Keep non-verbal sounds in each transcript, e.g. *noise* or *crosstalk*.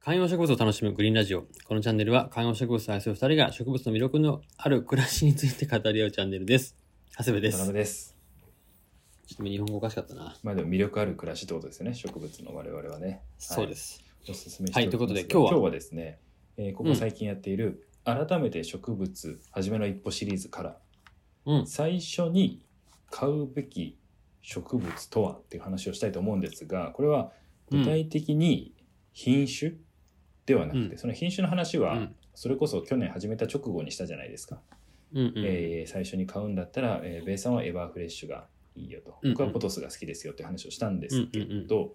観葉植物を楽しむグリーンラジオ。このチャンネルは観葉植物を愛する二人が植物の魅力のある暮らしについて語り合うチャンネルです。長谷部です。渡ちょ辺です。っと日本語おかしかったな。まあでも魅力ある暮らしってことですよね、植物の我々はね。そうです。す。おすすめしておきますはいということでが今日は今日はですね、えーここ最近やっている、改めて植物初めの一歩シリーズから、うん。最初に買うべき植物とはっていう話をしたいと思うんですが、これは具体的に品種ではなくて、うんその品種の話うはん。それこそ去年始めた直後にしたじゃないですか。うん。うん。えー最初に買うんだったら、えーベイさんはエバーフレッシュがいいよと、うんうん僕はポトスが好きですよって話をしたんですけど、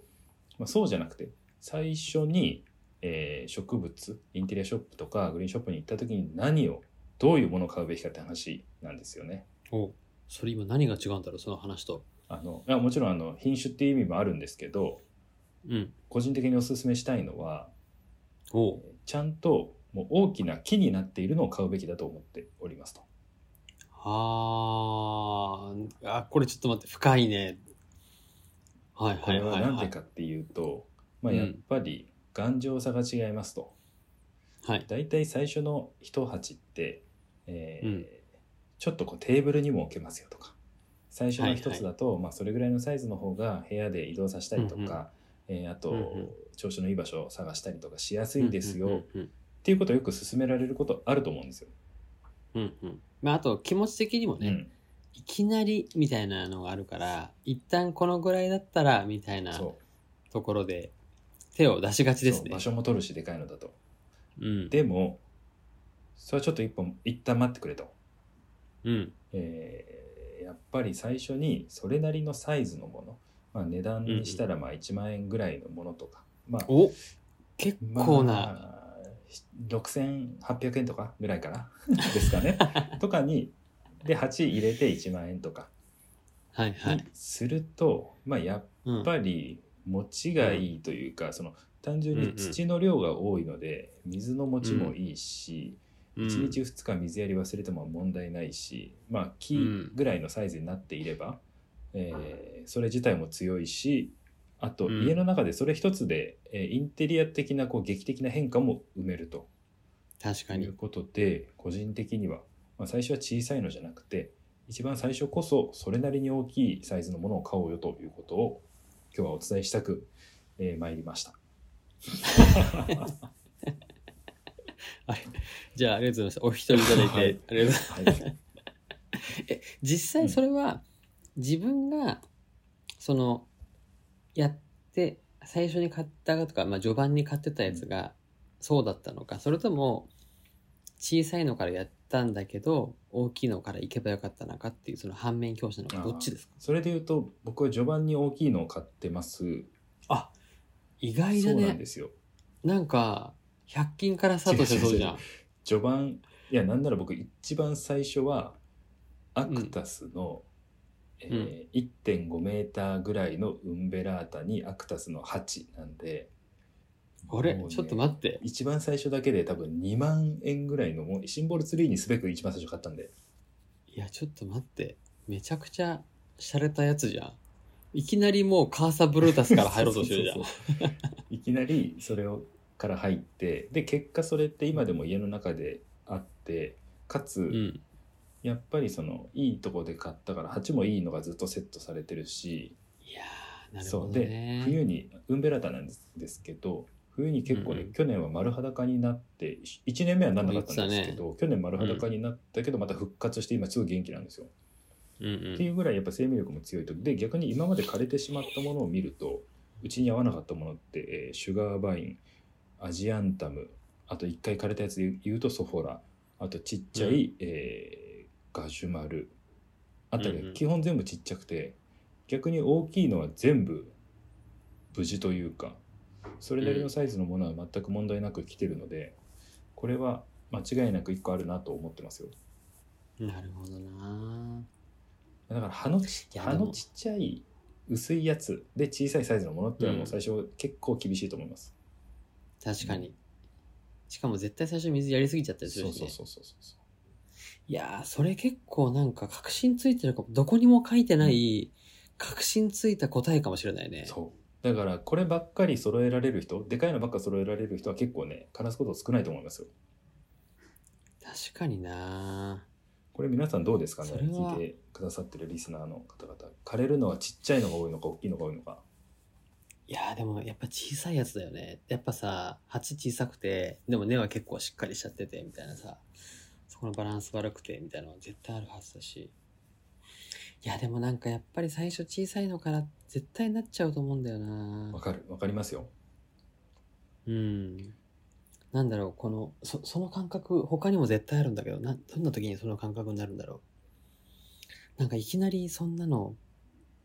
まあ、そうじゃなくて最初に、えー植物インテリアショップとかグリーンショップに行った時に何をどういうものを買うべきかって話なんですよね。おそれ今何が違うんだろう、その話と。あのいやもちろんあの品種っていう意味もあるんですけどうん。個人的におすすめしたいのはおうちゃんともう大きな木になっているのを買うべきだと思っておりますと。あーあ、これちょっと待って、深いね。はいこはれいは、はい何はでい。かっていうと、まあ、うんやっぱり頑丈さが違いますと、はい。だいたい最初の一鉢って、えーうんちょっとこうテーブルにも置けますよとか最初はいのはい一つだと、まあ、それぐらいのサイズの方が部屋で移動させたりとか、えーあと、うんうん調子のいい場所を探したりとかしやすいですよ、うんっうんうんていうことをよく勧められることあると思うんですよ。うん。うんうん。まあ、あと気持ち的にもね、うんいきなりみたいなのがあるから、一旦このぐらいだったら、みたいなそうところで、手を出しがちですそうね場。所も取るしでかいのだと。うん。でもそれはちょっと一本一旦待ってくれと。うん。えーやっぱり最初にそれなりのサイズのもの、まあ、値段にしたらまあ1万円ぐらいのものとか、まあ、お結まあ構な。 6800円とかぐらいかな *laughs* ですかねとかにで鉢入れて1万円とかはいはい。すると、まあ、やっうん。ぱり持ちがいいというか、その単純うんうにん土の量が多いので水の持ちもいいし、うん1日2日水やり忘れても問題ないし、まあ、木うんぐらいのサイズになっていれば、えーそれ自体も強いしあとうん家の中でそれ一つで、えーインテリア的なこう劇的な変化も埋めると確かいにう。ことで個人的には、まあ、最初は小さいのじゃなくて一番最初こそそれなりに大きいサイズのものを買おうよということを今日はお伝えしたく、えー参りました。じゃあ、ありがとうございました。お一人いただいて、はいありがとうございます。はい、実際それは、自分が、その、やって、最初に買ったとか、まあ、序盤に買ってたやつが、そうだったのか、それとも、小さいのからやったんだけど、大きいのから行けばよかったのかっていう、その反面教師なのか、どっちですかそれで言うと僕は序盤に大きいのを買ってます。あ意外だそうなんねで。すよなんか、100均からスタートしてそうじゃん。序盤いやなんなら僕一番最初はアクタスの、えー1.5メーターぐらいのウンベラータにアクタスの8なんであれ、もうねちょっと待って。一番最初だけで多分2万円ぐらいのもうシンボルツリーにすべく一番最初買ったんでいや、ちょっと待って。めちゃくちゃ、洒落たやつじゃん。いきなりもうカーサブルータスから入ろうとしてるじゃん。そうそうそうそういきなりそれをから入ってで結果それって今でも家の中であってかつ、うん。やっぱりそのいいとこで買ったから鉢もいいのがずっとセットされてるしいやー、なるそほうどでね。冬にウンベラタなんですけど冬に結構ね、うんうん去年は丸裸になって1年目はならなかったんですけど、去年丸裸になったけどまた復活して今すごい元気なんですよ、うんうんっていうぐらいやっぱ生命力も強いとで逆に今まで枯れてしまったものを見るとうちに合わなかったものって、えーシュガーバインアジアンタムあと1回枯れたやつで言うとソフォラあとちっちゃい、うんえーガジュマルあたりうんうはん基本全部ちっちゃくて、逆に大きいのは全部無事というかそれなりのサイズのものは全く問題なく来てるので、これは間違いなく1個あるなと思ってますよ。なるほどなだから葉のちいや葉でものちっちゃい薄いやつで小さいサイズのものっていうのはもう最初結構厳しいと思います。ー確かに。しかも絶対最初水やりすぎちゃったりすそるうし、そねう。そうそうそう。いやー、それ結構なんか確信ついてるかも。どこにも書いてない、確信ついた答えかもしれないね。そうだからこればっかり揃えられる人でかいのばっか揃えられる人は結構ね枯らすこと少ないと思いますよ確かになこれ皆さんどうですかねそれは聞いてくださってるリスナーの方々枯れるのはちっちゃいのが多いのか大きいのが多いのかいやーでもやっぱ小さいやつだよねやっぱさ鉢小さくてでも根は結構しっかりしちゃっててみたいなさそこのバランス悪くてみたいなのは絶対あるはずだしいやでもなんかやっぱり最初小さいのから絶対なっちゃうと思うんだよなわかるわかりますようんなんだろうこのそその感覚他にも絶対あるんだけどなどんな時にその感覚になるんだろうなんかいきなりそんなの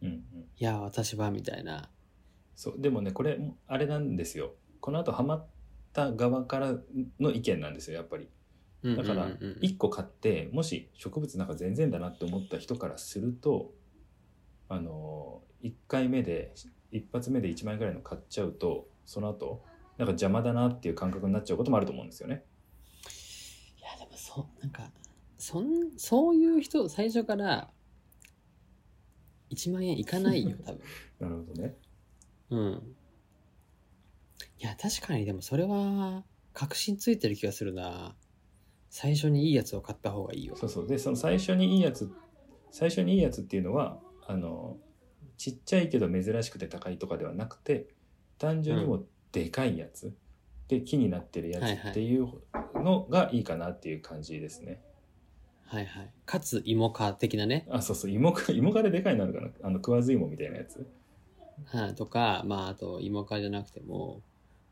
うんうんいや私はみたいなそうでもねこれあれなんですよこの後ハマった側からの意見なんですよやっぱりだうんうからんうんうん1個買ってもし植物なんか全然だなって思った人からするとあの1回目で一発目で1万円ぐらいの買っちゃうとその後なんか邪魔だなっていう感覚になっちゃうこともあると思うんですよね。いやでもそなんかそんそういう人最初から1万円いかないよ多分なるほどね。うんいや確かにでもそれは確信ついてる気がするな最初にいいやつを買った方がいいよそうそうでその最初にいいやつ最初にいいやつっていうのはあのちっちゃいけど珍しくて高いとかではなくて単純にもうでかいやつ、で木になってるやはいはついっていうのがいいかなっていう感じですね。はいはいかつ芋か的なね、あ、そうそう、芋か、 *laughs* 芋がででかいなるかな。あの、食わず芋みたいなやつ。はい、とかまああと芋かじゃなくても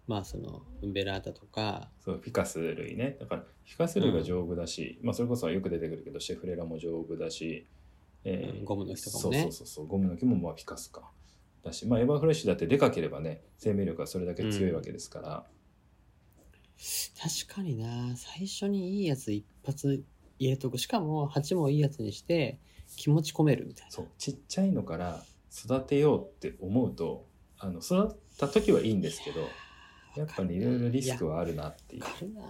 まあそのウンベラータとかそう、フィカス類ね。だから、フィカス類が丈夫だし、まあ、それこそよく出てくるけど、シェフレラも丈夫だし、えうんゴムの木とかもねそうそうそうそう、ゴムの木もまあフィカスか。だし、まあ、エヴァフレッシュだってでかければね、生命力がそれだけ強いわけですから、確かにな最初にいいやつ一発入れとくしかも鉢もいいやつにして気持ち込めるみたいなそう、ちっちゃいのから育てようって思うと、あの、育った時はいいんですけど、やっぱね、いろいろリスクはあるなっていうわ。かるな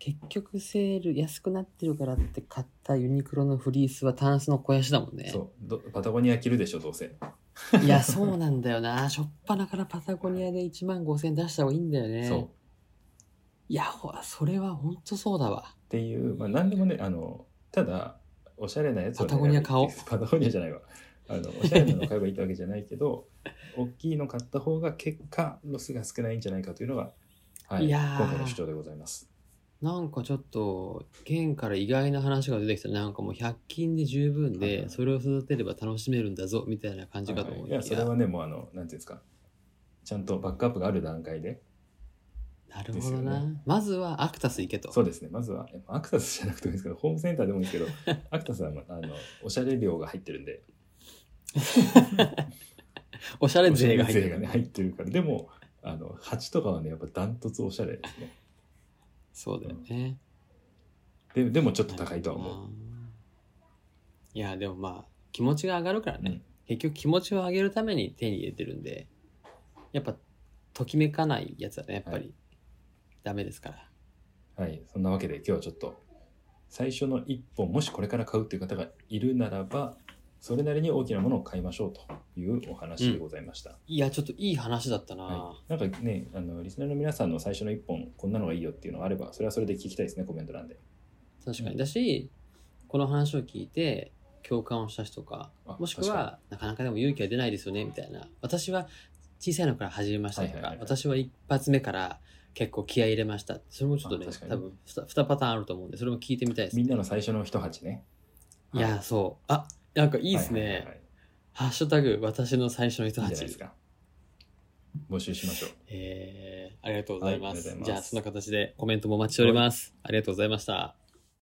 結局セール安くなってるからって買ったユニクロのフリースはタンスの肥やしだもんねそうど、パタゴニア着るでしょ、どうせ。いやそうなんだよなしょっぱなからパタゴニアで1万5000円出した方がいいんだよねそう。いやほそれはほんとそうだわっていう、まあ、何でもねあのただおしゃれなやつをねパタゴニア買おうパタゴニアじゃないわあのおしゃれなの買えばいいってわけじゃないけど *laughs* 大きいの買った方が結果ロスが少ないんじゃないかというのが、はい、いやー今回の主張でございますなんかちょっと県から意外な話が出てきたなんかもう100均で十分はいはでいそれを育てれば楽しめるんだぞみたいな感じかと思はいいきややそれはねもうあのなんていうんですかちゃんとバックアップがある段階でなるほどでな、すよまずはアクタス行けとそうですねまずはえアクタスじゃなくてもいいですけどホームセンターでもいいですけど *laughs* アクタスは、まあ、あのおしゃれ量が入ってるんでおしゃれおしゃ税れが入って税るがね入ってるからでもあの鉢とかはねやっぱダントツおしゃれですねそうだよね、ででもちょっと高いとは思うなるほどないやでもまあ気持ちが上がるからね、うん結局気持ちを上げるために手に入れてるんでやっぱときめかないやつはねやっぱはりダメですから、はい、そんなわけで今日はちょっと最初の一本もしこれから買うという方がいるならばそれなりに大きなものを買いましょうというお話でございました、い、やちょっといい話だったな、はい、なんかねあのリスナーの皆さんの最初の一本こんなのがいいよっていうのがあればそれはそれで聞きたいですねコメント欄で確かうんにだしこの話を聞いて共感をした人とかあもしくはなかなかでも勇気が出ないですよねみたいな私は小さいのから始めましたとか、はいはいはいはい私は一発目から結構気合い入れましたそれもちょっとねあ確かに多分 2, パターンあると思うんでそれも聞いてみたいですみんなの最初の一鉢ねいや、そう。あ、なんかいいですね。はははいハッシュタグ、私の最初の人はいいいんたじゃないちです。か募集しましょうえーありがとうございまはいありがとうごすじざい。ますゃあ、そんな形でコメントもお待ちしております。ありがとうございました。